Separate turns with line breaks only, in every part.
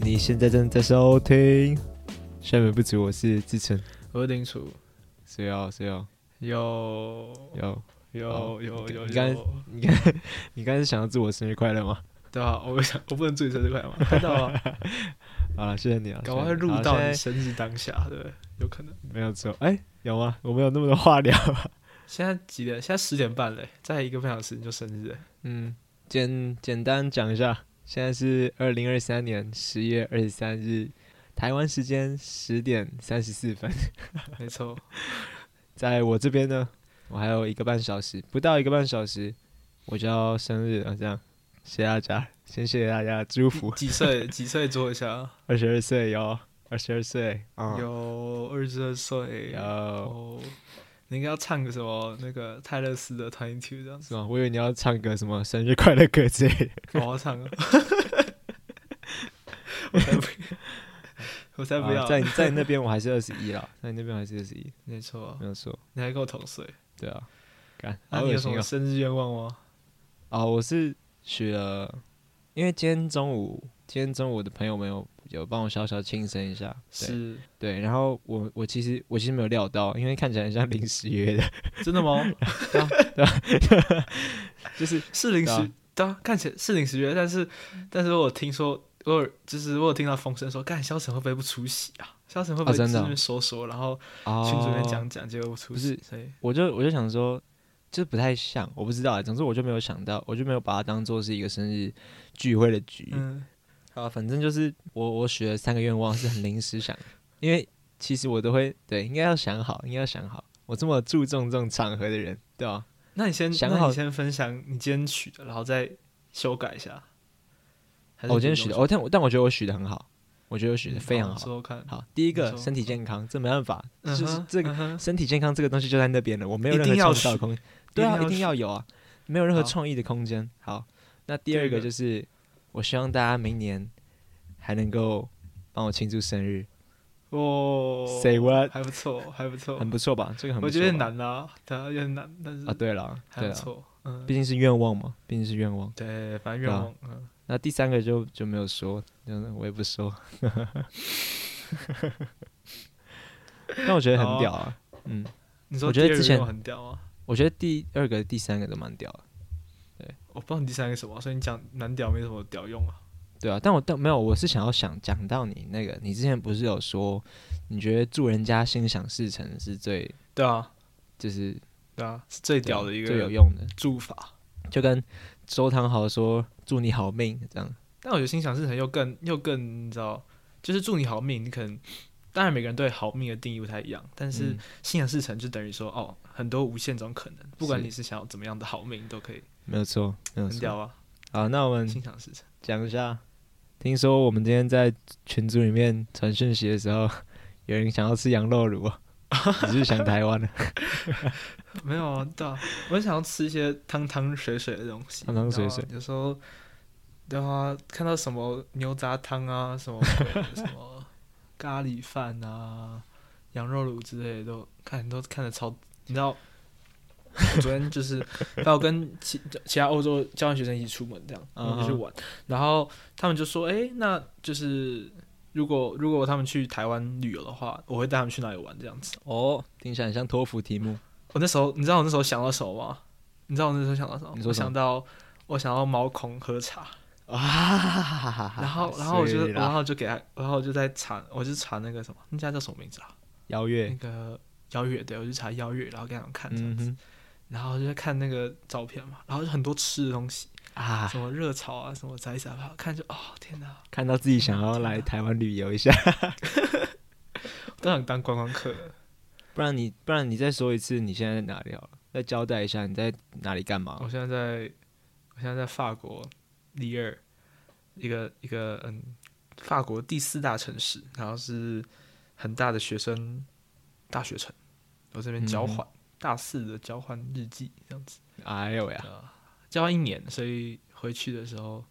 你现在正在收听《睡眠不足》，我是志成。
我是林楚，
谁要谁要
有
要？
有有有
你刚
有，
你刚你刚才是想要祝我生日快乐吗？
对啊，我想我不能祝你生日快 乐吗？看到啊，
好了，谢谢你啊。
搞不好会
谢谢
录
好
到
现
你
在
生日当下，对不对？有可能。
没有错？哎、有吗？我们有那么多话聊。啊
现在几点？现在十点半嘞，再一个半小时你就生日了。
嗯，简简单讲一下，现在是二零二三年十月二十三日，台湾时间十点三十四分。
没错，
在我这边呢，我还有一个半小时，不到一个半小时，我就要生日了。这样，谢谢大家，先谢谢大家的祝福。
几岁？ 几岁做一下？
二十二岁哟，二十二岁啊，
有二十二岁。
有
哦，你应该要唱个什么？那个泰勒斯的《Tiny Two》这样子。
是吗？我以为你要唱个什么生日快乐歌之类的。
我要 唱啊！我才不，我才不
啊
要。
在你 在你那边我还是二十一啦，在你那边我还是二十一，
没错啊，
没有错。
你还跟我同岁。
对啊，干，
那
好
你
恶
有什
心
么
啊！
生日愿望吗？
啊，我是许了，因为今天中午，今天中午我的朋友们有有帮我小小庆生一下，对
是
对，然后我我其实我其实没有料到，因为看起来很像 临时约的，
真 的吗？
就是
是临
对啊
时，对啊，看起来是临时约，但是但是我有听说，我有就是我有听到风声说，干萧晨会不会不出席啊？萧晨会不
啊
会
真
在
的
那
哦
边说说，然后
哦，
群主里面讲讲，结果不出席，
不
所以
我就我就想说，就是不太像，我不知道啊，总之我就没有想到，我就没有把它当做是一个生日聚会的局。
嗯，
啊，反正就是我我许了三个愿望是很临时想的，因为其实我都会对，应该要想好，应该要想好。我这么注重这种场合的人，对吧、
那你先
想
那
好
你先分享你今天取的，然后再修改一下。还是
哦我
你
今天
不
许的，
用
哦，但我但我觉得我许的很好，我觉得我许的非常
嗯哦说
好。
说看，
好，第一
你
个
说
身体健康，这没办法，就
嗯
是
哼
这个
嗯哼
身体健康这个东西就在那边了，我没有
一
任
定
何创
要
造
许
的空，对啊，一
一定要
定
许
要有啊，没有任何
好
创意的空间。好，那第
第
二
二
个
个
就是，我希望大家明年还能够帮我庆祝生日。
哦
Say what？
还不错，还不错
很，不错吧？这个很
我
不
觉
错
得有点
吧
难啊，对啊，有点难，但是
啊。对了，
还
对
不
了，
错，嗯
毕，竟是愿望嘛，毕竟是愿望。
对，反正
对
愿
啊
望，嗯。
那第三个就就没有说，嗯，我也不说。 但我觉得很屌啊，嗯，
你说
我觉得
第二个
之前
愿望很屌啊！
我觉得第二个、第三个都蛮屌的，
我不知道你第三个什么，所以你讲难屌没什么屌用啊。
对啊。但我但没有，我是想要想讲到你那个，你之前不是有说，你觉得祝人家心想事成是最
对啊，
就是
对啊，是最屌的一
最有
个
用的，
祝法。
就跟周汤豪说祝你好命这样。
但我觉得心想事成又更又更，你知道，就是祝你好命。你可能当然每个人对好命的定义不太一样，但是
嗯
心想事成就等于说哦，很多无限种可能，不管
是
你是想要怎么样的好命都可以，
没有错，没有
很
错。
屌啊！
好，那我们
心想事成，
讲一下，听说我们今天在群组里面传讯息的时候，有人想要吃羊肉炉啊，你是想台湾的
没有啊，对啊，我很想要吃一些汤汤水水的东西，
汤汤水 水
啊你知道吗有时候对啊，看到什么牛杂汤啊，什么 什么咖喱饭啊、羊肉卤之类的，都看都看的超，你知道。我昨天就是，然后跟其其他欧洲交换学生一起出门，这样我们就去
嗯哼
玩。然后他们就说：“哎、那就是如果如果他们去台湾旅游的话，我会带他们去哪里玩这样子。”
哦，听起来很像托福题目。
我那时候，你知道我那时候想到什么吗？你知道我那时候想到什么？
你说
我
什么
想到我想要毛孔喝茶，
啊，
然后然后我就
所以啦
然后就给他，然后我就在查，我就查那个什么，那家叫什么名字啊？
邀
那
月，
个邀月，对，我就查邀月，然后给他们看这样
嗯
子，
哼
然后就在看那个照片嘛，然后就很多吃的东西，
啊，
什么热炒啊，什么仔仔吧，看就哦天哪，
看到自己想要来台湾旅游一下，
都想当观光客了。
不然你不然你再说一次你现在在哪里好了，再交代一下你在哪里干嘛
我现在在，我现在在法国里尔，一个一个嗯，法国第四大城市，然后是很大的学生大学城。我这边交
嗯
换、大四的交换日记这样子，
哎呦呀，
交换一年，所以回去的时候，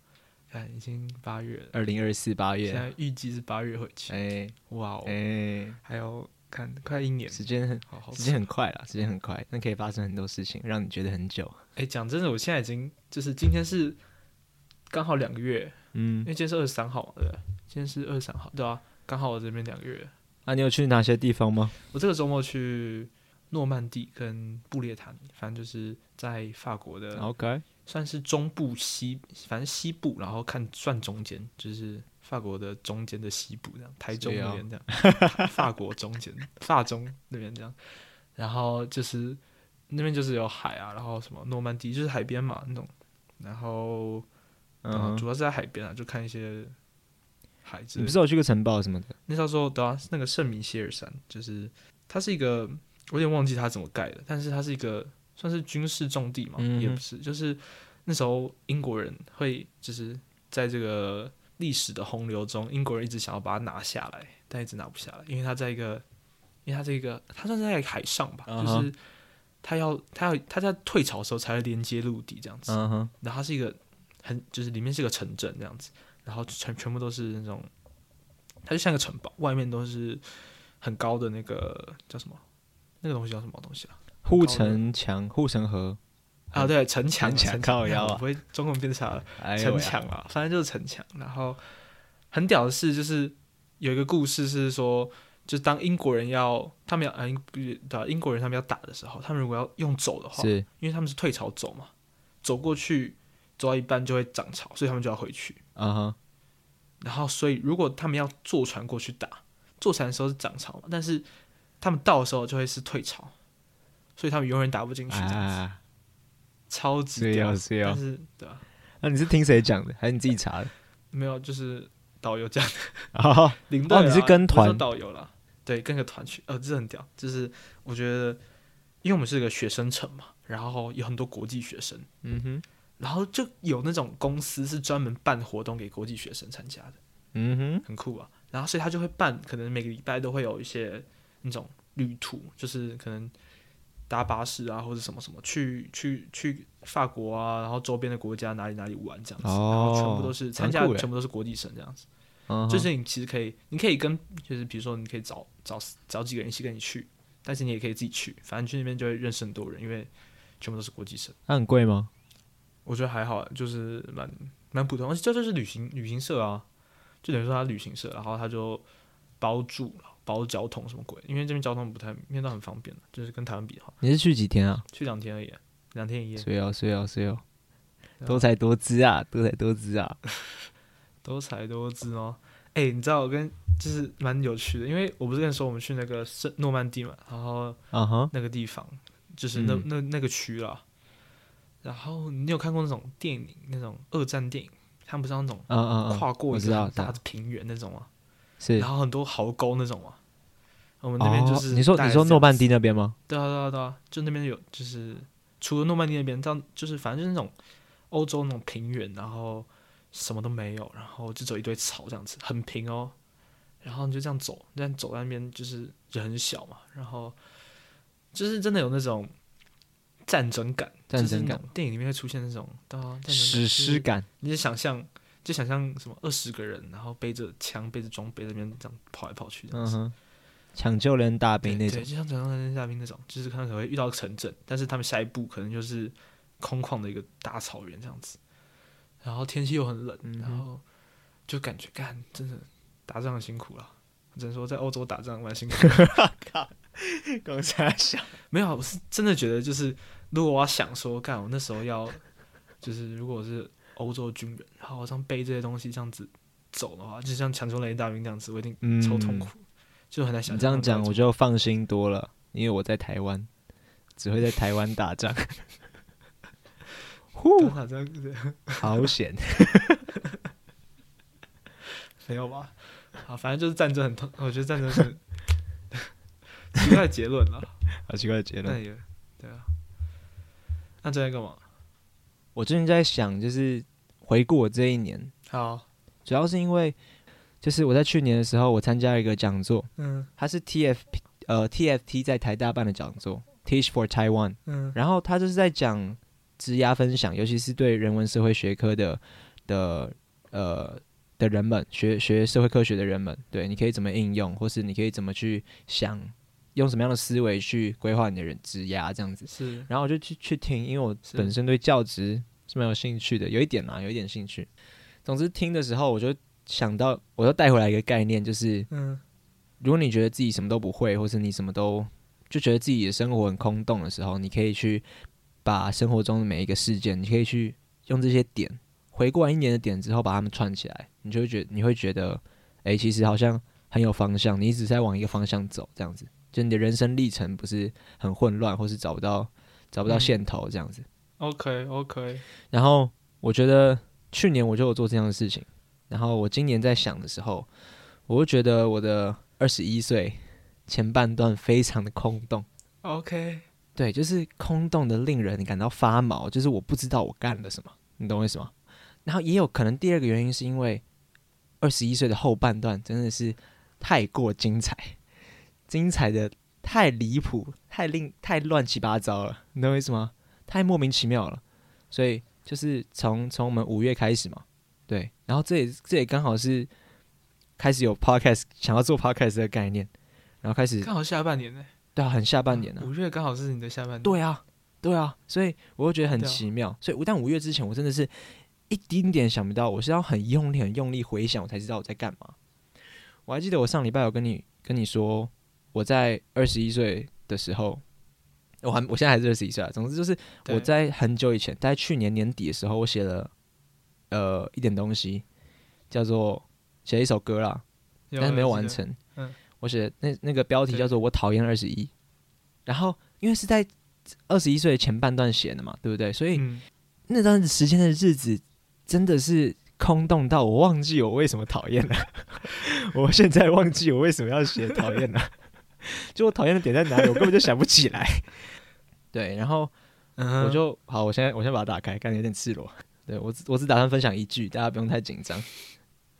看已经八月了，
二零二四八
现
月，
在预计是八月回去。
哎
哇哦，
哎，
还有看快一年，
时间很
好好
时间很快啦，时间很快，但可以发生很多事情，让你觉得很久。
哎，讲真的，我现在已经就是今天是刚好两个月，
嗯
因，为今天是二十三号嘛，对不对？今今天是二三号，对啊，刚好我这边两个月。
啊，你有去哪些地方吗？
我这个周末去诺曼底跟布列塔尼，反正就是在法国的
呃 OK，
算是中部西，反正西部，然后看算中间，就是法国的中间的西部这样，台中
啊
那边这样，法国中间，法中那边这样，然后就是那边就是有海啊，然后什么诺曼底就是海边嘛那种，然后然后
嗯，
主要是在海边啊，就看一些海之
你不
类的。
是有去个城堡什么的？
那时候对啊，那个圣米歇尔山，就是它是一个，我有点忘记它怎么盖的，但是它是一个算是军事重地嘛，
嗯哼
也不是，就是那时候英国人会就是在这个历史的洪流中，英国人一直想要把它拿下来，但一直拿不下来，因为它在一个，因为它这个，它算是在海上吧，
嗯
就
哼
是它要它要它在退潮的时候才会连接陆地这样子，
嗯哼，
然后它是一个很就是里面是个城镇这样子，然后全全部都是那种，它就像一个城堡，外面都是很高的那个叫什么？那个东西叫什么东西啊？
护城墙、护城河，
啊，对，城墙，
嗯城墙
城
靠腰啊
我不会中文变差了，
哎呦
城
喂
墙啊，反正就是城墙。然后很屌的是，就是有一个故事是说，就当英国人要他们要啊英不是对啊英国人他们要打的时候，他们如果要用走的话，
是
因为他们是退潮走嘛，走过去走到一半就会涨潮，所以他们就要回去。
啊哈，
然后所以如果他们要坐船过去打，坐船的时候是涨潮嘛，但是他们到的时候就会是退潮，所以他们永远打不进去，这样子、
啊，
超级
是
屌
要。是要
但，是对啊，
那你是听谁讲的，还是你自己查 的？
没有就是导游这样，
哦，
领队啦、啊
你是跟团
不说导游啦，对，跟个团去，呃，这很屌。就是我觉得，因为我们是个学生城嘛，然后有很多国际学生，
嗯哼，
然后就有那种公司是专门办活动给国际学生参加的。
嗯哼，
很酷啊。然后所以他就会办，可能每个礼拜都会有一些那种旅途，就是可能搭巴士啊或者什么什么去去去法国啊，然后周边的国家哪里哪里玩这样子，
哦
然后全部都是参加
蛮酷的
全部都是国际生这样子。
嗯哼
就是你其实可以，你可以跟就是比如说你可以找找找几个人一起跟你去，但是你也可以自己去，反正去那边就会认识很多人，因为全部都是国际生。
那很贵吗？
我觉得还好，就是蛮蛮普通，而且这就是旅行旅行社啊，就等于说他旅行社，然后他就包住包交通什么鬼，因为这边交通不太面到很方便的，就是跟台湾比的话，
你是去几天啊？
去两天而已，两天一夜
所以哦，所以哦，所以哦，
对啊
多才多姿啊，多才多姿啊，
多才多姿哦。哎、你知道我跟就是蛮有趣的，因为我不是跟你说我们去那个圣诺曼底嘛，然后
啊哈，
那个地方就是那、
嗯
那那个区啦。然后你有看过那种电影，那种二战电影，他们不是那种
嗯嗯嗯，
跨过
我
一
知
个
道
很
知道
大的平原那种吗？
是
然后很多壕沟那种嘛。我们那边就是、
哦、你说你说诺曼？底那边吗？
对啊对啊对啊，就那边有就是除了诺曼底那边，这样就是反正就是那种欧洲那种平原，然后什么都没有，然后就只有一堆草这样子，很平哦。然后你就这样走，这样走在那边就是人很小嘛，然后就是真的有那种战争感，
战争感
就是那种电影里面会出现那种，对啊，战争感
史诗，
就是
感，
你就想象就想象什么二十个人，然后背着枪、背着装备在那边这样跑来跑去这
嗯
样子，
哼，抢救人大
对
兵那种，
对，就像《转战三下兵》那种，就是他们可能会遇到城镇，但是他们下一步可能就是空旷的一个大草原这样子，然后天气又很冷，
嗯哼
然后就感觉干真的打仗很辛苦了，只能说在欧洲打仗蛮辛苦的。
刚才想，
没有啊，我是真的觉得就是，如果我要想说干，我那时候要就是如果我是欧洲军人，然后我这样背这些东西这样子走的话，就像《强中雷大兵》这样子，我一定
嗯，
超痛苦，就很难想
你
象
这样
那
讲
种
我就放心多了，因为我在台湾，只会在台湾打仗，
打
呼，
打仗对
好险！
没有吧？啊，反正就是战争很痛，我觉得战争是 奇怪的结论了。
好奇怪的结
那
论。
也对啊。那最近干嘛？
我最近在想，就是回顾我这一年，
好，
主要是因为，就是我在去年的时候，我参加了一个讲座，
嗯
它是 TFP 呃 TFT 在台大办的讲座，Teach for Taiwan。
嗯
然后他就是在讲职涯分享，尤其是对人文社会学科的的呃的人们，学学社会科学的人们，对，你可以怎么应用，或是你可以怎么去想，用什么样的思维去规划你的人职涯这样子。
是
然后我就去去听，因为我
嗯是
本身对教职是蛮有兴趣的，有一点啦，有一点兴趣。总之听的时候，我就想到，我又带回来一个概念，就是
嗯
如果你觉得自己什么都不会，或是你什么都就觉得自己的生活很空洞的时候，你可以去把生活中的每一个事件，你可以去用这些点回过来一年的点之后，把它们串起来，你就会觉你会觉得，诶，其实好像很有方向，你一直在往一个方向走，这样子，就你的人生历程不是很混乱，或是找不到找不到
嗯
线头这样子。
，OK OK，
然后我觉得去年我就有做这样的事情，然后我今年在想的时候，我就觉得我的二十一岁前半段非常的空洞，
OK，
对，就是空洞的令人感到发毛，就是我不知道我干了什么，你懂我意思吗？然后也有可能第二个原因是因为二十一岁的后半段真的是太过精彩，精彩的太离谱，太令太乱七八糟了，你懂我意思吗？太莫名其妙了，所以就是从从我们五月开始嘛，对，然后这也这也刚好是开始有 podcast 想要做 podcast 的概念，然后开始
刚好下半年呢、
对啊，很下半年了、
五月刚好是你的下半年。
对啊，对啊，所以我会觉得很
对啊
奇妙。所以，但五月之前，我真的是一丁点想不到，我是要很用力、很用力回想，我才知道我在干嘛。我还记得我上礼拜有跟你跟你说，我在二十一岁的时候，我还我现在还是二十一岁啊。总之就是
对
我在很久以前，在去年年底的时候，我写了呃一点东西，叫做写了一首歌啦，
有，
但是没有
我记
完
得。
成。
嗯
我写的那那个标题
对
叫做“我讨厌二十一”，然后因为是在二十一岁前半段写的嘛，对不对？所以
嗯，
那段时间的日子真的是空洞到我忘记我为什么讨厌了， 我现在忘记我为什么要写讨厌了， 就我讨厌的点在哪里，我根本就想不起来。 对，然后
嗯
我
哼
就好，我现在我先把它打开，感觉有点赤裸。 对我只我只打算分享一句，大家不用太紧张。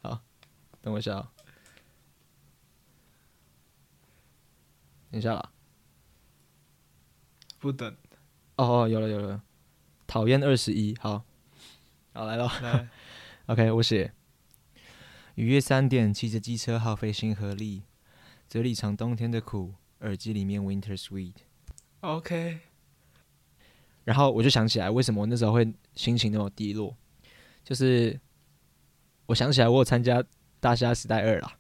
好，等我一下、哦，等一下啦。
不等，
哦哦，有了有了，讨厌二十一，好，好来了。
来，
OK，我写。雨夜三点，骑着机车耗费心和力，嘴里尝冬天的苦，耳机里面 Winter Sweet。
OK，
然后我就想起来，为什么我那时候会心情那么低落，就是我想起来我有参加《大虾时代二》啦，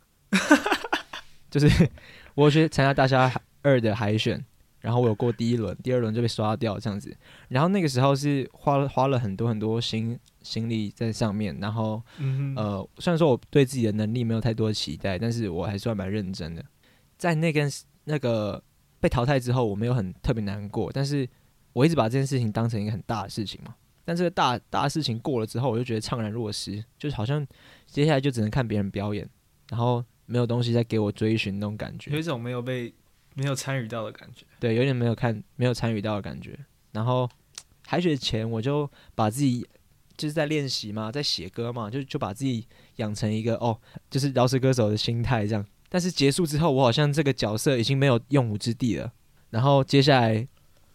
就是我有去参加《大虾二》的海选，然后我有过第一轮，第二轮就被刷掉这样子。然后那个时候是花了花了很多很多心心力在上面，然后
嗯哼，
呃，虽然说我对自己的能力没有太多的期待，但是我还算蛮认真的。在那根那个被淘汰之后，我没有很特别难过，但是我一直把这件事情当成一个很大的事情嘛。但这个大大事情过了之后，我就觉得怅然若失，就是好像接下来就只能看别人表演，然后没有东西再给我追寻那种感觉
有。一种没有被没有参与到的感觉。
对，有点没有看没有参与到的感觉。然后海选前我就把自己就是在练习嘛，在写歌嘛，就就把自己养成一个哦，就是饶舌歌手的心态这样。但是结束之后，我好像这个角色已经没有用武之地了。然后接下来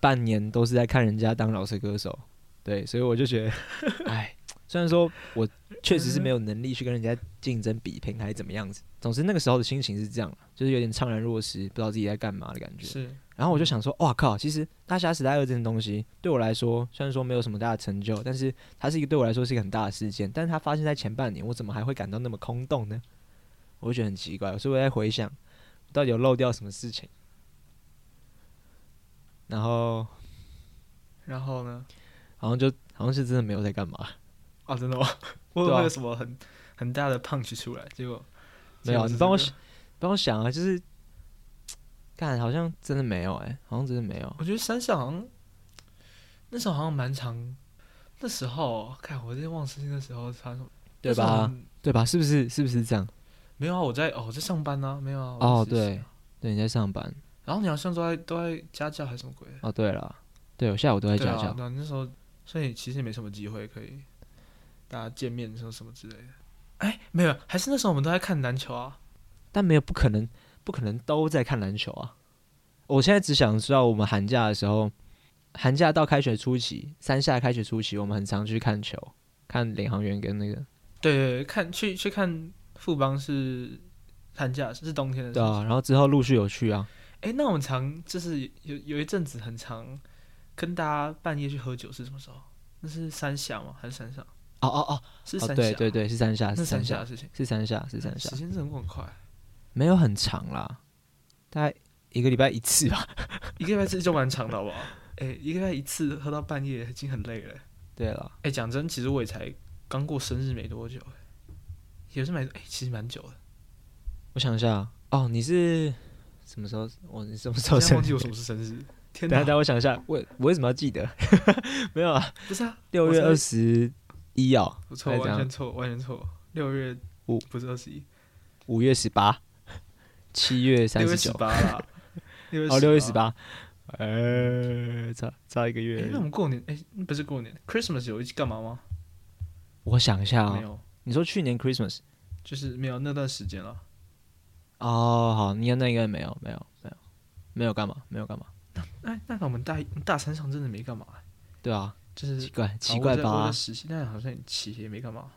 半年都是在看人家当饶舌歌手，对，所以我就觉得，哎，虽然说我确实是没有能力去跟人家竞争比拼还是怎么样子，总之那个时候的心情是这样，就是有点怅然若失，不知道自己在干嘛的感觉。
是，
然后我就想说，哇靠！其实《大侠时代二》这件东西对我来说，虽然说没有什么大的成就，但是它是一个对我来说是一个很大的事件。但是它发生在前半年，我怎么还会感到那么空洞呢？我就觉得很奇怪，所以我在回想，到底有漏掉什么事情。然后
然后呢？
好像就好像是真的没有在干嘛，
哦，真的吗？ 我以
对啊
为有什么很很大的 punch 出来，结果
没有。啊
结果是
你帮我
这个
想，帮我想啊，就是，看好像真的没有哎、好像真的没有。
我觉得山上好像那时候好像蛮长，那时候看我在忘事情的时候发生什么，
对吧
那时候很？
对吧？是不是？是不是这样？
没有啊，我在哦我在上班啊，没有啊。
哦
我在实习啊
对。对，你在上班。
然后你好像都在都在家教还是什么鬼的？
哦，对了，对我下午都在
对
家
啊，
教。
对啊那时候所以其实也没什么机会可以大家见面的时候什么之类的。哎，没有，还是那时候我们都在看篮球啊。
但没有不可能，不可能都在看篮球啊！我现在只想知道，我们寒假的时候，寒假到开学初期，三下开学初期，我们很常去看球，看领航员跟那个
对对对，看去去看富邦是寒假是冬天的时
对
候。
啊，然后之后陆续有去啊，
哎、那我们常就是有有一阵子很常跟大家半夜去喝酒是什么时候？那是三峡吗？还是山上？
哦哦哦，
是
哦
三峡，
对对，对，是三下，
是
是
三
三
峡
下
的，事情，
是三下，是三下
时，间真的过很快，
没有很长啦，大概一个礼拜一次吧。
一个礼拜其实就蛮长的，好不好？哎、一个礼拜一次喝到半夜已经很累了、
对了，
哎、讲真，其实我也才刚过生日没多久、哎也是蛮哎、其实蛮久的。
我想一下，哦，你是什么时候？我你什么时候
我现在
生
忘记
日
我？什么是生日，天
等一下，
哪
等一！下，我想一下，我我为什么要记得？ 没有啊，
不是啊，
六月
我才
二十一哦，
我错，
还是怎
完全
样？
错，完全错。六月
五
不是二十一，
五月十八，七月三
六月
十
十
九，
八啦。六月
哦，六月十。八，呃，差差一个
哎、
月
那我。们过年哎、不是过年，Christmas 有一起干嘛吗？
我想一下
没
啊，
有，
你说去年 Christmas
就是没有那段时间了。
哦，好，应该那应该没有，没有，没有，没有干嘛？没有干嘛？
哎、那我们大一大三上真的没干嘛、
对啊，
就是
奇怪，
啊
奇
我
怪
在我
吧
在？实习，但好像其实也没干嘛。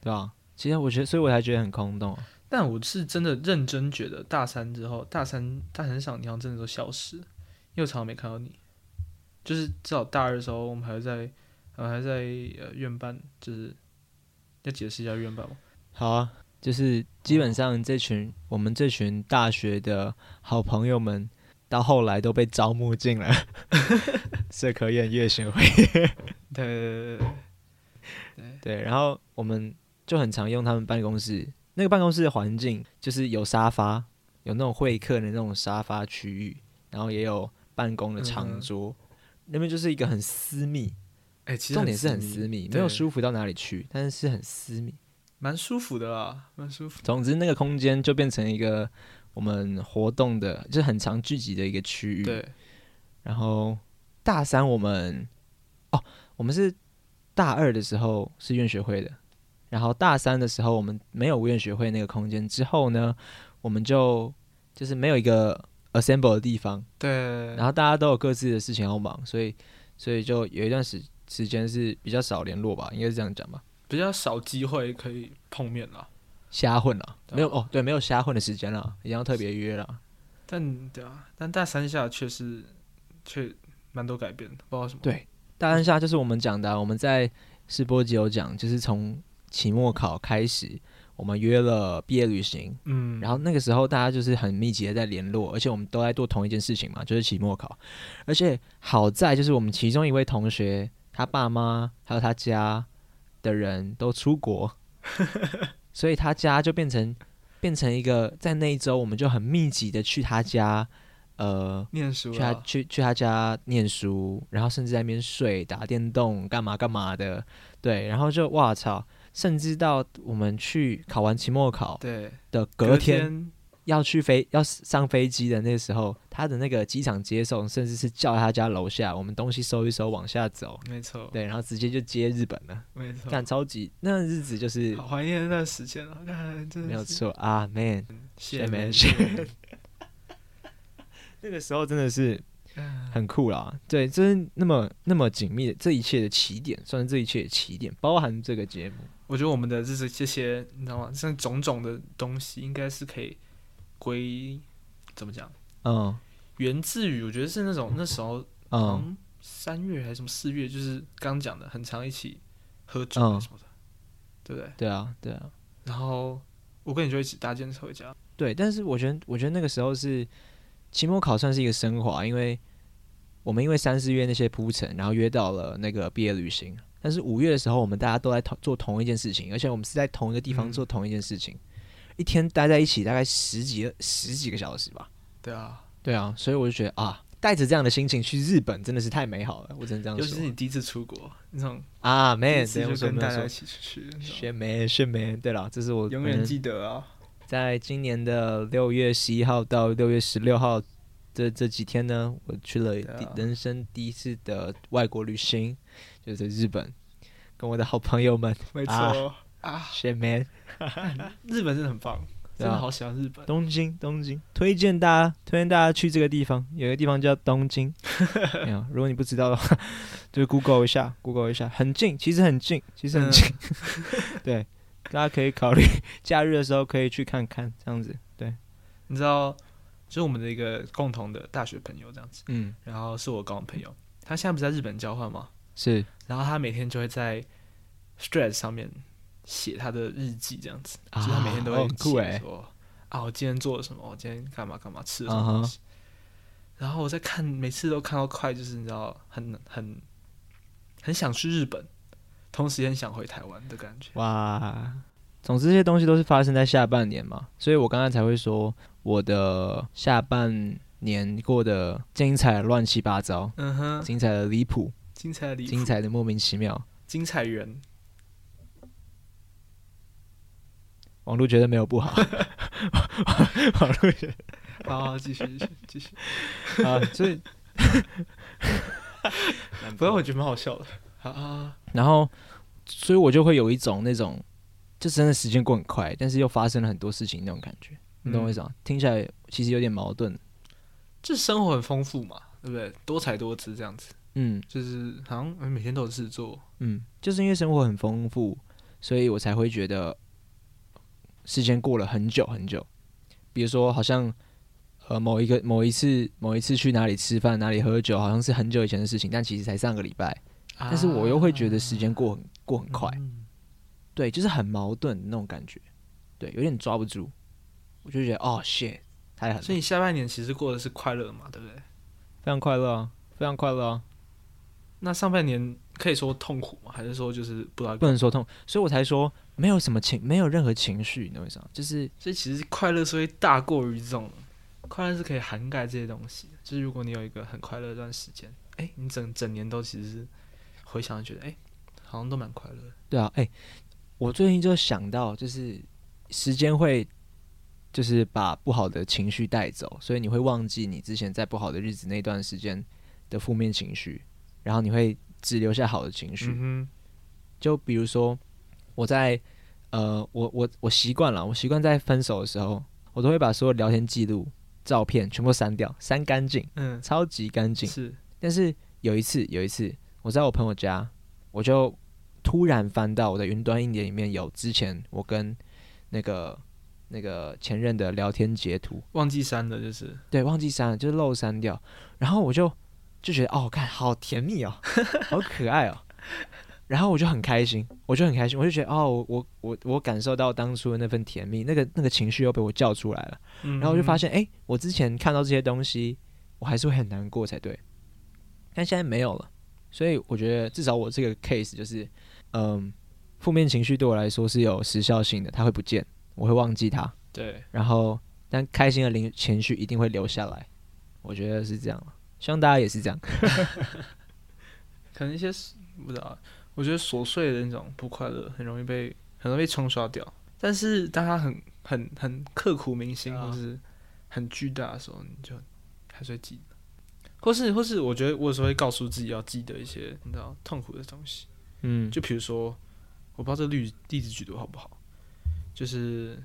对啊，其实我觉得，所以我才觉得很空洞啊。
但我是真的认真觉得，大三之后，大三大三上你好像真的都消失，因为我常常没看到你。就是至少大二的时候，我们还会在，我们还在呃院办，就是要解释一下院办嘛。
好啊，就是基本上这群我们这群大学的好朋友们，到后来都被招募进了 社科院乐学会。
对对对对
对，然后我们就很常用他们办公室，那个办公室的环境就是有沙发，有那种会客的那种沙发区域，然后也有办公的
嗯
长
哼
桌，那边就是一个很私密，
哎、其实
重点是很私密，没有
对
舒服到哪里去，但是是很私密。
蛮舒服的啦，蛮舒服。
总之，那个空间就变成一个我们活动的，就是很常聚集的一个区域。
对，
然后大三我们哦，我们是大二的时候是院学会的，然后大三的时候我们没有院学会那个空间，之后呢，我们就就是没有一个 assemble 的地方，
对，
然后大家都有各自的事情要忙，所以所以就有一段时时间是比较少联络吧，应该是这样讲吧，
比较少机会可以碰面啦。
瞎混了，
对啊
没有哦，对，没有瞎混的时间了，一定要特别约了。
但对啊，但大三下确实却蛮多改变的，不知道为什么。
对大三下就是我们讲的啊、我们在世波集有讲，就是从期末考开始，我们约了毕业旅行，
嗯，
然后那个时候大家就是很密集的在联络，而且我们都在做同一件事情嘛，就是期末考。而且好在就是我们其中一位同学，他爸妈还有他家的人都出国，所以他家就变成变成一个在那一周我们就很密集的去他家，呃，
念书
去他
啦，
去去他家念书，然后甚至在那边睡、打电动、干嘛干嘛的，对，然后就哇操，甚至到我们去考完期末考
对，
的隔
隔
天要去飞要上飞机的那时候，他的那个机场接送甚至是叫他家楼下，我们东西收一收往下走，
没错，
对，然后直接就接日本了，
没错，
干超级那日子就是
好怀念那段时间啊！看，真的
没有
是，
错啊，man，
谢
没
没
事 那个时候真的是
嗯
很酷啦，对，这是那么那么紧密的这一切的起点，算是这一切的起点，包含这个节目。
我觉得我们的这是这些，你知道吗？像种种的东西，应该是可以归怎么讲？
嗯
源自于我觉得是那种那时候，
嗯，
嗯，三月还是什么四月，就是刚讲的，很常一起喝酒啊
嗯
什么的，对不对？
对啊对啊
然后我跟你就一起搭建车回家，
对，但是我觉得我觉得那个时候是期末考算是一个升华，因为我们因为三四月那些铺陈，然后约到了那个毕业旅行，但是五月的时候我们大家都在同做同一件事情，而且我们是在同一个地方
嗯
做同一件事情，一天待在一起大概十几十几个小时吧。
对啊，
对啊，所以我就觉得啊，带着这样的心情去日本真的是太美好了，我只能这样
尤
说。
其是你第一次出国，那种
啊
第
，man，
一次
对我
就
说
跟
没有
大家
说
一起出去，那种
学妹学妹，对了，这是啊我
永
可
远
能
记得啊。
在今年的六月十一号到六月十六号这这几天呢，我去了
啊
第人生第一次的外国旅行，就是在日本，跟我的好朋友们
没错
啊
啊，
学妹，
日本真的很棒，
对
真
啊
的好喜欢日本。
东京东京，推荐大家推荐大家去这个地方，有一个地方叫东 京，没有，如果你不知道的话， 就 Google 一下，Google 一下，很近，其实很近，其实很近， 对，大家可以考虑假日的时候可以去看看，这样子，对，
你知道，就是我们的一个共同的大学朋友这样子，
嗯，
然后是我高中朋友，他现在不是在日本交换吗？
是。
然后他每天就会在 Stress 上面写他的日记，这样子，
啊
就是他每天都
哦
会
很酷
写
欸
说、啊，我今天做了什么，我今天干嘛干嘛，吃了什
啊
么东西。然后我在看，每次都看到快，就是你知道，很很很想去日本，同时也很想回台湾的感觉。
哇，总之这些东西都是发生在下半年嘛，所以我刚才才会说我的下半年过得精彩得乱七八糟，
嗯哼，
精彩的离谱，
精彩的离谱
精彩的莫名其妙。
精彩人，
网络觉得没有不好， 网络觉
好好继续继续继续。
得啊，所以
不过我觉得蛮好笑的。啊，
然后，所以我就会有一种那种，就真的时间过很快，但是又发生了很多事情那种感觉，你懂我意
思？
思吗？听起来其实有点矛盾，
这生活很丰富嘛，对不对？多彩多姿这样子，
嗯
就是好像呃每天都有事做。
嗯，就是因为生活很丰富，所以我才会觉得时间过了很久很久。比如说，好像呃某一个某一次某一次去哪里吃饭哪里喝酒，好像是很久以前的事情，但其实才上个礼拜。啊但是我又会觉得时间过很过很快，
啊嗯
对，就是很矛盾的那种感觉，对，有点抓不住，我就觉得哦 shit，太狠了，
啊所以你下半年其实过的是快乐嘛，对不对？
非常快乐啊，非常快乐啊，
那上半年可以说痛苦吗？还是说就是不知道
不？能说痛，所以我才说没有什么情，没有任何情绪，你懂我意思吗？就是
所以其实快乐是会大过于这种，快乐是可以涵盖这些东西的。就是如果你有一个很快乐的一段时间，哎，你整整年都其实是回想觉得，哎，好像都蛮快乐的。
对啊，哎、我最近就想到，就是时间会。就是把不好的情绪带走，所以你会忘记你之前在不好的日子那段时间的负面情绪，然后你会只留下好的情绪。
嗯
就比如说，我在呃，我我我习惯了，我习惯在分手的时候，我都会把所有聊天记录、照片全部删掉，删干净，
哼，嗯，
超级干净。
是，
但是有一次，有一次我在我朋友家，我就突然翻到我的云端硬碟里面有之前我跟那个那个前任的聊天截图，
忘记删了，就是
对，忘记删了，就是漏删掉。然后我就就觉得哦，看好甜蜜哦， 好可爱哦。然后我就很开心，我就很开心，我就觉得哦，我我我我感受到当初的那份甜蜜，那个那个情绪又被我叫出来了。
然
然后我就
嗯
发，现，哎、我之前看到这些东西，我还是会很难过才对，但现在没有了。所以我觉得至少我这个 case 就是，嗯，负面情绪对我来说是有时效性的，它会不见，我会忘记它。
对，
然后但开心的零情绪一定会留下来，我觉得是这样，希望大家也是这样。
可能一些不知道，我觉得琐碎的那种不快乐很容易被很容易被冲刷掉。但是当他很很很刻骨铭心，
对啊
或是很巨大的时候，你就还是会记得。或是或是，我觉得我有时候会告诉自己要记得一些你知道痛苦的东西，
嗯，
就比如说，我不知道这例例子举得好不好，就是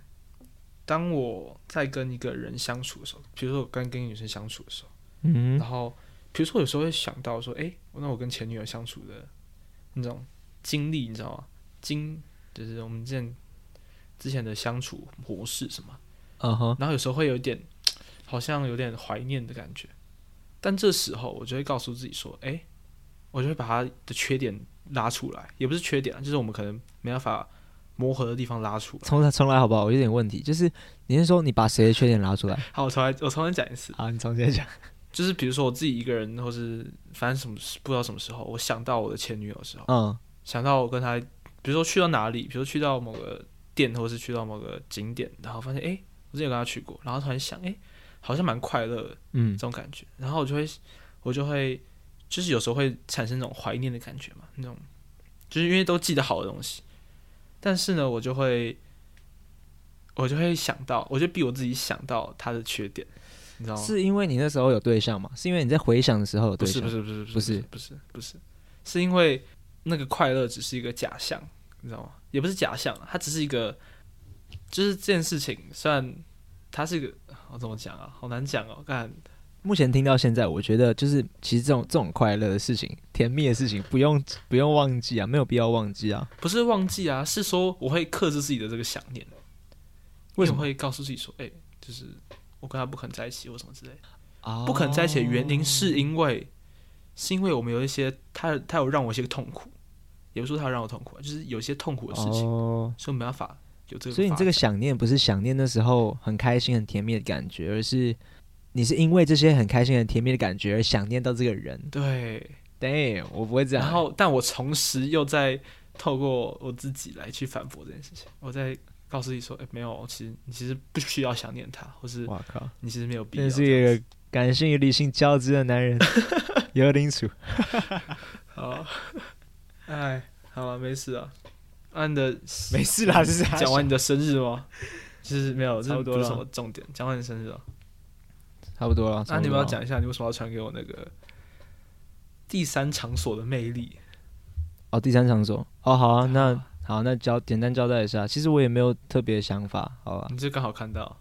当我在跟一个人相处的时候，比如说我跟跟一个女生相处的时候。
嗯
然后比如说有时候会想到说，诶，那我跟前女友相处的那种经历，你知道吗？经就是我们之前之前的相处模式什么，
嗯哼，
然后有时候会有一点好像有点怀念的感觉，但这时候我就会告诉自己说，诶，我就会把他的缺点拉出来，也不是缺点啊，就是我们可能没办法磨合的地方拉出来。
重来重来好不好？我有点问题，就是你是说你把谁的缺点拿 出来？
好，我重来，我重新讲一次。
好，你重新讲。
就是比如说我自己一个人，或是反正什么时不知道什么时候，我想到我的前女友的时候，
嗯
想到我跟他，比如说去到哪里，比如说去到某个店，或是去到某个景点，然后发现哎、诶我之前有跟他去过，然后突然想哎、诶好像蛮快乐的
嗯
这种感觉，然后我就会我就会就是有时候会产生那种怀念的感觉嘛，那种就是因为都记得好的东西，但是呢，我就会我就会想到，我就逼我自己想到他的缺点，你知道吗？
是因为你那时候有对象吗？是因为你在回想的时候有
不
对
是
象？
不是不是
不
不
是
是不是不是，是因为那个快乐只是一个假象，你知道吗？也不是假象，啊它只是一个，就是这件事情虽然它是一个，我怎么讲啊？好难讲哦，干
目前听到现在，我觉得就是其实这种这种快乐的事情、甜蜜的事情，不用不用忘记啊，没有必要忘记啊。
不是忘记啊，是说我会克制自己的这个想念，
为什么
我会告诉自己说，哎、就是我跟他不肯在一起或什么之类的，
啊
不肯在一起的原因是因为。是因为我们有一些，他他有让我一些痛苦，也不是说它让我痛苦啊，就是有些痛苦的事情，
哦，
所以我没办法有这个发展。
所以你这个想念不是想念那时候很开心、很甜蜜的感觉，而是你是因为这些很开心、很甜蜜的感觉而想念到这个人。
对，
对，我不会这样。
然后但我同时又在透过我自己来去反驳这件事情，我在告诉自己说，哎，没有，其实你其实不需要想念他，或是
哇靠，
你其实没有必要
真
这
是
样
一
子。
个感性与理性交织的男 人，有点楚。
好， 哎，好了，没事啊。按的
没事啦，这是
讲完你的生日吗？就是没有，
差
这
不
不
多
是
了
什么重点。讲完你生日啊，
差不多了。差
那、
不多了
你们要讲一下，你为什么要传给我那个第三场所的魅力？
哦，第三场所。哦，好啊，那好，那交简单交代一下。其实我也没有特别的想法，好吧。
你这刚好看到，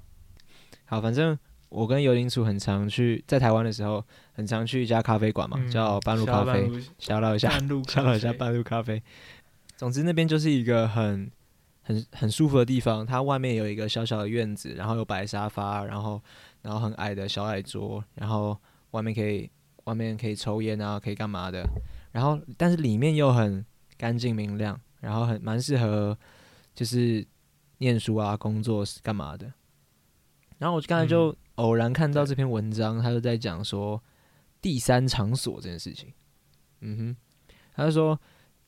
好，反正我跟尤林楚很常去，在台湾的时候很常去一家咖啡馆嘛，
嗯
叫半路咖
下
啡，小唠一 下，
半路
小
咖
唠
啡
一下半路咖啡。总之那边就是一个很很很舒服的地方，它外面有一个小小的院子，然后有摆沙发，然后然后很矮的小矮桌，然后外面可以外面可以抽烟啊，可以干嘛的。然后但是里面又很干净明亮，然后很蛮适合就是念书啊、工作是干嘛的。然后我刚才
嗯
就偶然看到这篇文章，他就在讲说第三场所这件事情。嗯哼，他就说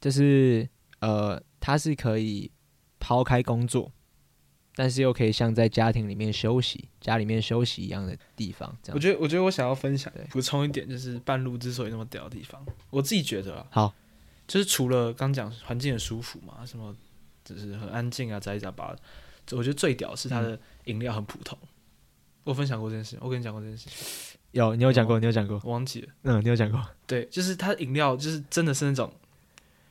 就是呃，他是可以抛开工作，但是又可以像在家庭里面休息、家里面休息一样的地方，这
我
样。
觉得，我觉得我想要分享
对
补充一点，就是半路之所以那么屌的地方，我自己觉得啊，
好，
就是除了刚讲环境很舒服嘛，什么就是很安静啊，杂七杂八的，我觉得最屌是它
嗯
的饮料很普通。我分享过这件事，我跟你讲过这件事，
有你有讲过，你有讲过，
我忘记了。
嗯，你有讲过，
对，就是它饮料就是真的是那种，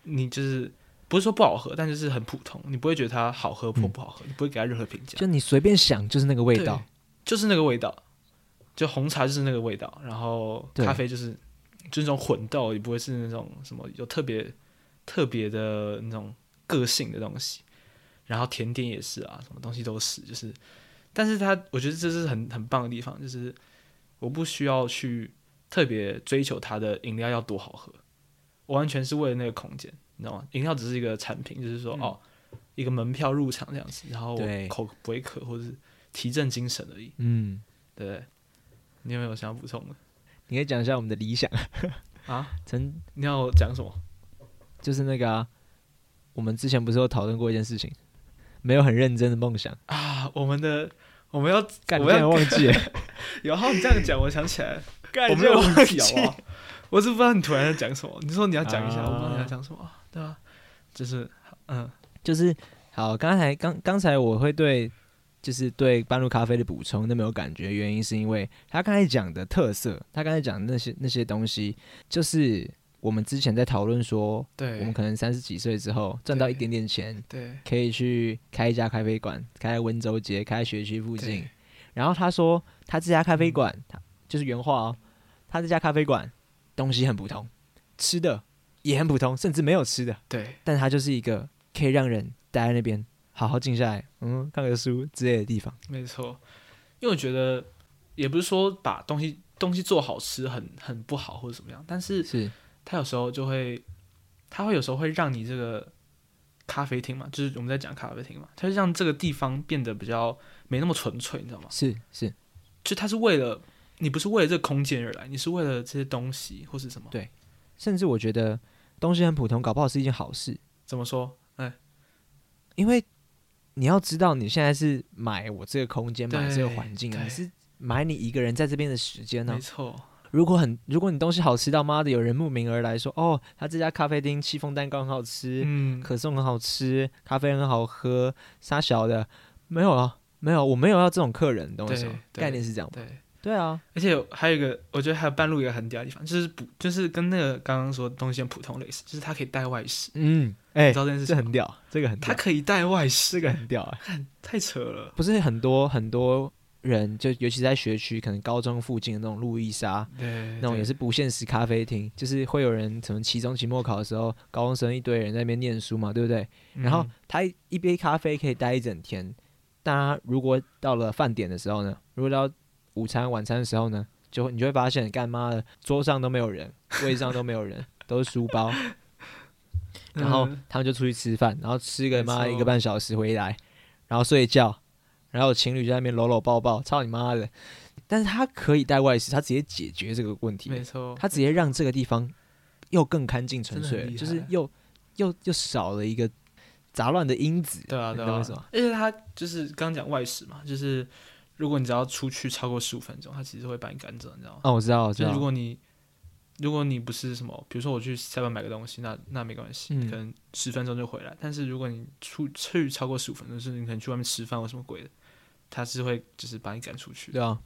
你就是不是说不好喝，但就是很普通，你不会觉得它好喝或不好喝，你不会给它任何评价，
就你随便想就是那个味道
对。就是那个味道，就红茶就是那个味道，然后
对
咖啡就是就是那种混豆，也不会是那种什么有特别特别的那种个性的东西，然后甜点也是啊，什么东西都是，就是，但是它我觉得这是很很棒的地方，就是我不需要去特别追求它的饮料要多好喝，我完全是为了那个空间，你知道吗？饮料只是一个产品，就是说、哦，一个门票入场这样子，然后
嗯对
我口不会渴，或者是提振精神而已，
嗯，
对不对？你有没有想要补充的
你可以讲一下我们的理想，
啊？
曾
你要我讲什么？
就是那个、啊，我们之前不是有讨论过一件事情，没有很认真的梦想，
啊，我们的我们要
干，
我
我
们
要
要
忘记了，
有浩你这样讲，我想起来了，
干
我
我
没
没
有
有
忘
忘
记
记
好不好？我是不知道你突然在讲什么，你说你要讲一下，
啊
我不知道你要讲什么，对吧、就是嗯，
就是好，刚才刚刚才我会对就是对半路咖啡的补充那么有感觉，原因是因为他刚才讲的特色，他刚才讲的那些那些东西，就是我们之前在讨论说，我们
对
可能三十几岁之后赚到一点点钱，
对
可以去开一家咖啡馆，开在温州街，开在学区附近
对。
然后他说，他这家咖啡馆，他就是原话哦，他这家咖啡馆东西很普通，吃的也很普通，甚至没有吃的，
对
但它就是一个可以让人待在那边好好静下来，嗯，看个书之类的地方。
没错，因为我觉得也不是说把东西东西做好吃很很不好或者怎么样，但是
是，
它有时候就会，它会有时候会让你这个咖啡厅嘛，就是我们在讲咖啡厅嘛，它就让这个地方变得比较没那么纯粹，你知道吗？
是，是，
就它是为了你不是为了这个空间而来，你是为了这些东西或是什么？
对甚至我觉得东西很普通，搞不好是一件好事，
怎么说？哎，
因为你要知道，你现在是买我这个空间，买这个
对
环境，
对
你是买你一个人在这边的哦时间呢、啊
没错，
如果很，如果你东西好吃到妈的，有人慕名而来说，哦，他这家咖啡厅戚风蛋糕很好吃，
嗯，
可颂很好吃，咖啡很好喝，沙小的，没有啊，没有，我没有要这种客人，你懂我意思吗？
对对
概念是这样吧，
对。
对啊，
而且有还有一个，我觉得还有半路一个很屌的地方，就是不就是跟那个刚刚说的东西很普通类似，就是它可以带外食，
嗯，哎、
你知道这件事
这
情吗？
很屌，这个很
它
屌，
可以带外
这
食，
个很屌、哎，
太扯了。
不是很多很多人，就尤其在学区，可能高中附近的那种路易莎。
对，
那种也是不限时咖啡厅，就是会有人可能期中、期末考的时候，高中生一堆人在那边念书嘛，对不对？
对，
然后
嗯
他一一杯咖啡可以待一整天。但他如果到了饭点的时候呢，如果到午餐、晚餐的时候呢，就会你就会发 现，干妈的桌上都没有人，位上都没有人，都是书包。然后
嗯
他们就出去吃饭，然后吃个
没
妈一
错
个半小时回来，然后睡觉，然后情侣在那边搂搂抱抱，操你妈的！但是他可以带外食，他直接解决这个问题，
没错，
他直接让这个地方又更干净纯
真的
粹
很
了，
厉
就是
害
又又又少了一个杂乱的因子。
对啊
你
对
懂我
啊
意思吗，
而且他就是刚讲外食嘛，就是如果你只要出去超过十五分钟，他其实会把你赶走，你知道吗？
哦，我知道，我知
就是
道
如。果你如果你不是什么，比如说我去 seven 买个东西，那那没关系，
嗯
可能十分钟就回来。但是如果你出去超过十五分钟，就是你可能去外面吃饭或什么鬼的，他是会就是把你赶出去，
对啊，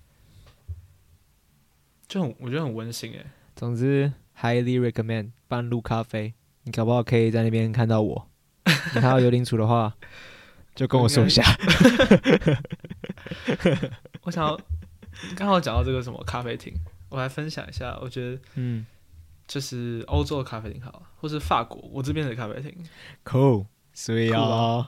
就很我觉得很温馨诶、欸
总之，highly recommend 半路咖啡，你搞不好可以在那边看到 我。你看到幽灵厨的话，就跟我说 一下。
我想要 刚好讲到这个什么咖啡厅，我来分享一下，我觉得
嗯
就是欧洲的咖啡厅好了，或是法国我这边的咖啡厅。
，cool，所以
Cool
啊，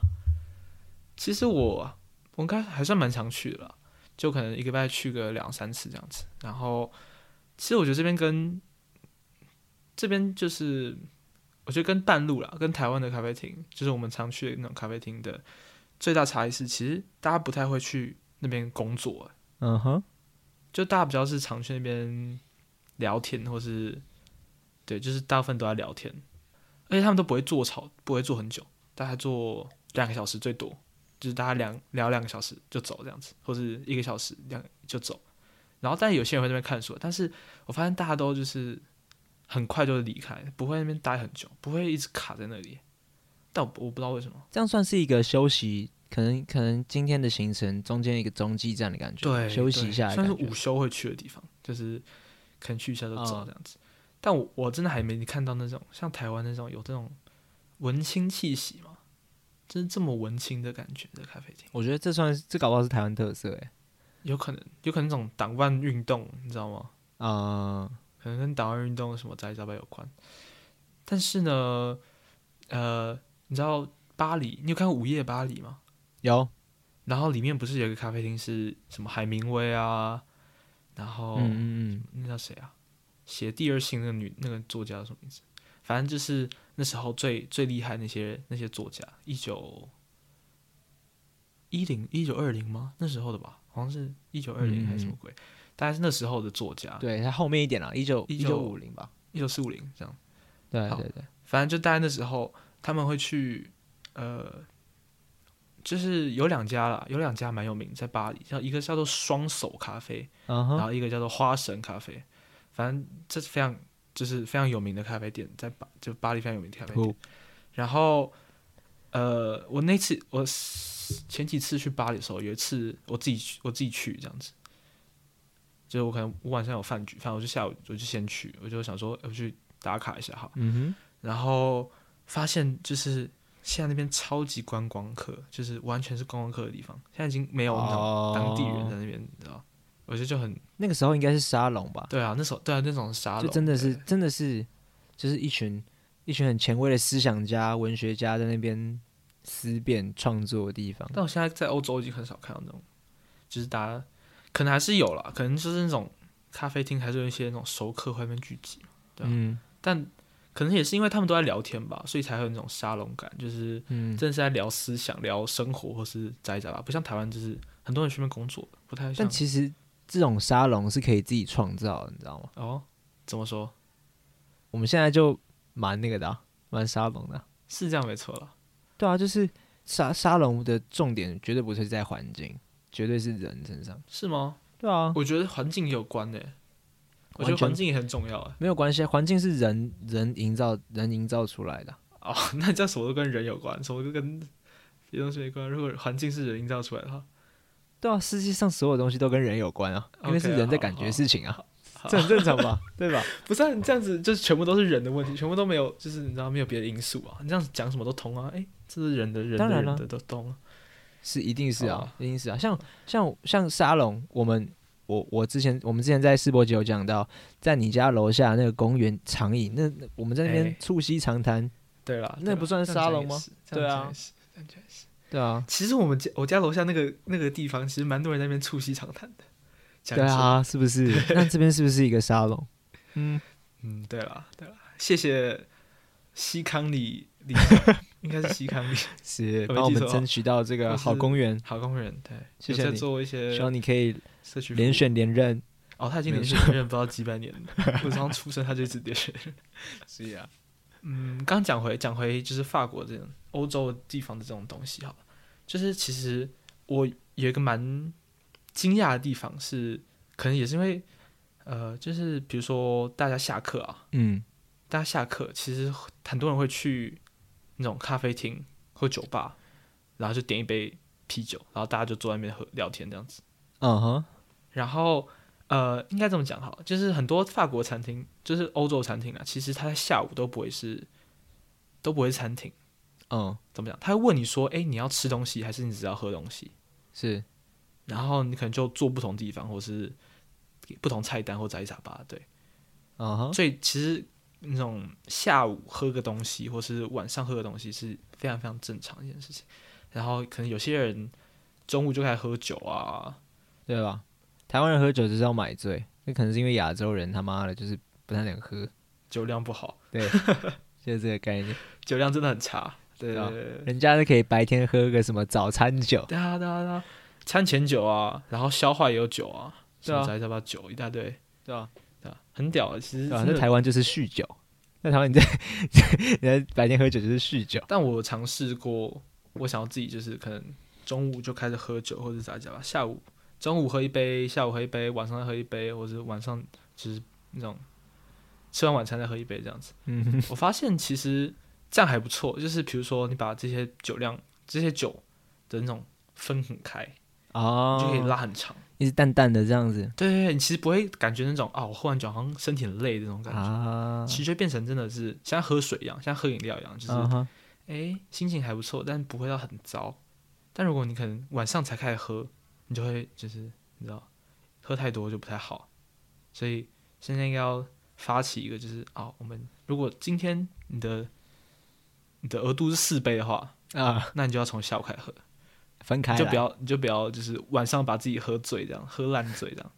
其实我我应该还算蛮常去的啦，就可能一个礼拜去个两三次这样子。然后，其实我觉得这边跟这边就是，我觉得跟半路啦，跟台湾的咖啡厅，就是我们常去的那种咖啡厅的最大差异是，其实大家不太会去那边工作、欸
嗯哼，
就大家比较是常去那边聊天，或是对，就是大部分都在聊天，而且他们都不会坐吵，不会坐很久，大概坐两个小时最多，就是大家两聊两个小时就走这样子，或是一个小时两就走。然后，但有些人会在那边看书，但是我发现大家都就是很快就离开，不会在那边待很久，不会一直卡在那里。但我不我不知道为什么，
这样算是一个休息，可能可能今天的行程中间一个中继站的感觉，
对，
休息一下的
算
感
是
觉，嗯
午休会去的地方，就是可能去一下就走这样子。但我我真的还没看到那种像台湾那种有这种文青气息嘛，就是这么文青的感觉的咖啡厅，
我觉得这算是这搞不好是台湾特色哎、
有可能有可能那种党外运动，你知道吗？
啊、
可能跟党外运动什么杂七杂八有关。但是呢，呃，你知道巴黎，你有看过《午夜巴黎》吗？
有，
然后里面不是有一个咖啡厅是什么海明威啊，然后
嗯嗯
那叫谁啊？写《第二性》那个女那个作家叫什么名字？反正就是那时候最最厉害那些那些作家，一九一零一九二零吗？那时候的吧，好像是一九二零还是什么鬼？大概是那时候的作家
嗯，，对，它后面一点啦，一九一九五
19
零吧，
一九四五零这样。
对
好
对对，
反正就大概那时候他们会去，呃，就是有两家啦，有两家蛮有名，在巴黎，像一个叫做双手咖啡，
嗯
然
哼，
后一个叫做花神咖啡，反正这是非常就是非常有名的咖啡店，在巴就巴黎非常有名的咖啡店。
酷
然后，呃，我那次我前几次去巴黎的时候，有一次我自己去，我自己去这样子，就是我可能我晚上有饭局，反正我就下午我就先去，我就想说呃我去打卡一下哈，
嗯
然后发现就是现在那边超级观光客，就是完全是观光客的地方，现在已经没有那
哦
种当地人在那边，你知道，我觉得就很
哼，那个时候应该是沙龙吧，
对啊，那时候对啊，那种沙龙
就真的是
对
真的是就是一群一群很前卫的思想家、文学家在那边思辨创作的地方。
但我现在在欧洲已经很少看到那种，就是大家可能还是有啦，可能就是那种咖啡厅还是有一些那种熟客会在那边聚集，对啊
嗯
但可能也是因为他们都在聊天吧，所以才会有那种沙龙感，就是
嗯，
真的是在聊思想、聊生活或是宅宅吧，不像台湾就是很多人去那边工作，不太像
但。其实这种沙龙是可以自己创造的，你知道吗？
哦，怎么说？
我们现在就蛮那个的、啊，蛮沙龙的啊、
是这样没错啦。
对啊，就是沙沙龙的重点绝对不是在环境，绝对是人身上。
是吗？
对啊，
我觉得环境也有关呢、欸我觉得
完全
环境也很重要哎、
没有关系啊，环境是人人营造人营造出来的啊。
哦， 那这样什么都跟人有关，什么都跟别的东西没关。如果环境是人营造出来的话，
对啊，世界上所有东西都跟人有关啊，因为是
OK，
人在
好
感觉
好
事情啊，
好
这很正常吧？ 对吧？
不是、啊、你这样子，就是全部都是人的问题，全部都没有，就是你知道没有别的因素啊。你这样子讲什么都通啊，哎、这是人的人的
当然啦
人的都通啊。
是一定是
好
啊
啊，
一定是啊。像像像沙龙，我们我我之前我们之前在世博节有讲到，在你家楼下那个公园长椅，那那我们在那边
哎
促膝长谈，
对啦，
那
对啦
不算
这样讲
沙龙
也
吗
是？这样
对啊
讲也是这样讲也是
对啊，
其实我们家我家楼下那个那个地方，其实蛮多人在那边促膝长谈的。讲
对
真，
啊，是不是？ 那这边是不是一个沙龙？嗯，
嗯，对啦，对啦，谢谢西康里里 吧，应该是西康里。
是
我没
帮我
记
们
错啊
争取到这个
我
好
是呃
公园，
好工人对，
谢
有
谢
在
你
做一些
希望你可以
社区服务
连选连任。
哦，他已经
没
连续连任不知道几百年了。我从出生他就一直连续任， 所以啊，嗯，刚讲回讲回就是法国这种欧洲地方的这种东西好了，就是其实我有一个蛮惊讶的地方是，可能也是因为呃，就是比如说大家下课啊，
嗯，
大家下课其实很多人会去那种咖啡厅或酒吧，然后就点一杯啤酒，然后大家就坐在那边喝聊天这样子。
嗯哼，
然后呃，应该这么讲好了，就是很多法国餐厅，就是欧洲餐厅啊，其实它在下午都不会是都不会是餐厅，
嗯，
怎么讲？他会问你说，哎，你要吃东西还是你只要喝东西？
是，
然后你可能就坐不同地方，或是不同菜单或杂七杂八，对。
嗯哼，
所以其实那种下午喝个东西，或是晚上喝个东西是非常非常正常的一件事情。然后可能有些人中午就开始喝酒啊，
对吧？台湾人喝酒就是要买醉，那可能是因为亚洲人他妈的就是不太能喝，
酒量不好，
对，就是这个概念。
酒量真的很差。对
对啊
对对对
人家是可以白天喝个什么早餐酒，
对啊对啊对啊，餐前酒啊，然后消化也有酒啊，
对啊
什么杂七杂八酒一大堆，
对吧？
对啊？很屌啊，其
对
实
吧？
真
在
的
台湾就是酗酒，在台湾你在 你在白天喝酒就是酗酒，
但我尝试过，我想要自己就是可能中午就开始喝酒，或者咋讲吧，下午中午喝一杯，下午喝一杯，晚上再喝一杯，或者晚上就是那种吃完晚餐再喝一杯这样子。
嗯，
我发现其实这样还不错，就是比如说你把这些酒量、这些酒的那种分很开，
哦
你就可以拉很长。
一直淡淡的这样子
对对对，你其实不会感觉那种啊，我喝完酒好像身体很累的那种感觉。
啊，
其实就变成真的是像喝水一样，像喝饮料一样，就是
嗯哼，
诶，心情还不错，但不会到很糟。但如果你可能晚上才开始喝，你就会就是你知道，喝太多就不太好。所以现在应该要发起一个，就是啊、我们如果今天你的你的额度是四杯的话，
啊，
那你就要从下午开始喝，
分开
你就不
来
要你就不要就是晚上把自己喝醉这样，喝烂醉这样。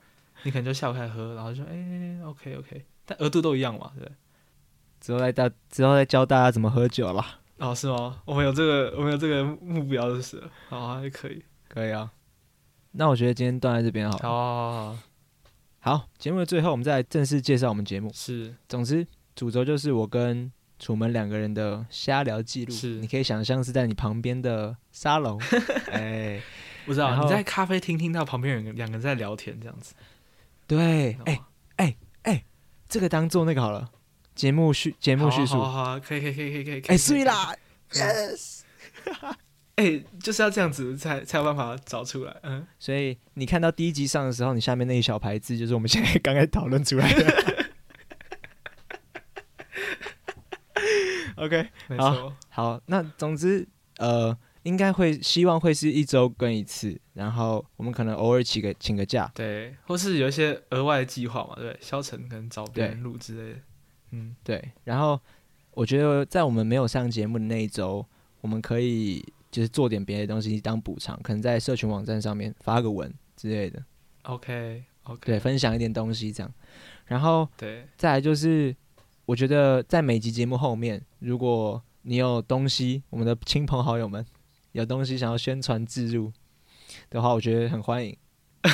你可能就下午开始喝，然后就诶 o k OK，但额度都一样嘛，对不对？
之后再教之后再教大家怎么喝酒啦，
哦，是吗？我们有这个，我们有这个目标，就是了好啊，还可以。
可以啊。那我觉得今天断在这边好了。
哦，
好，节目的最后，我们再来正式介绍我们节目。
是
总之，主轴就是我跟楚门两个人的瞎聊记录。
是
你可以想象是在你旁边的沙 龙，哎，
我知
然
道
后
你在咖啡厅听到旁边有人两个人在聊天这样子，
对，
你
哎、
知道吗
这个当做那个好了，节目叙节目叙述
好啊，好啊好啊，可以可以可以可以可以，可
哎，
以
所以，啦，
可以可以哎，就是要这样子才才有办法找出来，嗯，
所以你看到第一集上的时候，你下面那一小排字就是我们现在刚才讨论出来的。OK，
没
好
错，
好，那总之，呃，应该会希望会是一周更一次，然后我们可能偶尔请个请个假，
对，或是有一些额外的计划嘛，对不对，肖晨可能找别人录之类的，嗯，
对。然后我觉得在我们没有上节目的那一周，我们可以就是做点别的东西当补偿，可能在社群网站上面发个文之类的，
OK OK，
对，分享一点东西这样。然后
对
再来就是，我觉得在每集节目后面，如果你有东西，我们的亲朋好友们有东西想要宣传置入的话，我觉得很欢迎，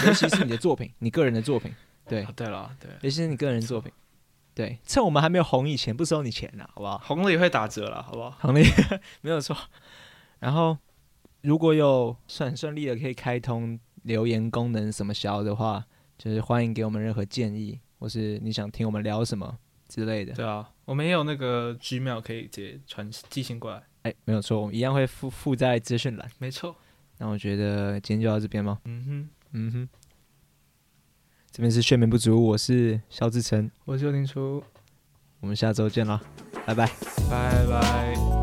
尤其是你的作品，你个人的作品，对
啊，对了对，
尤其是你个人作品，对，趁我们还没有红以前，不收你钱呐、啊好不好？
红了也会打折了，好不好？
行列 没有错。然后如果有很顺利的可以开通留言功能什么小的话，就是欢迎给我们任何建议，或是你想听我们聊什么之类的。
对啊，我们也有那个 Gmail 可以直接传寄信过来，
哎，没有错，我们一样会附附在资讯栏。
没错，
那我觉得今天就到这边吗？
嗯哼，
嗯哼，这边是睡眠不足，我是肖志成，
我是邱林初，
我们下周见啦，拜拜。
拜拜。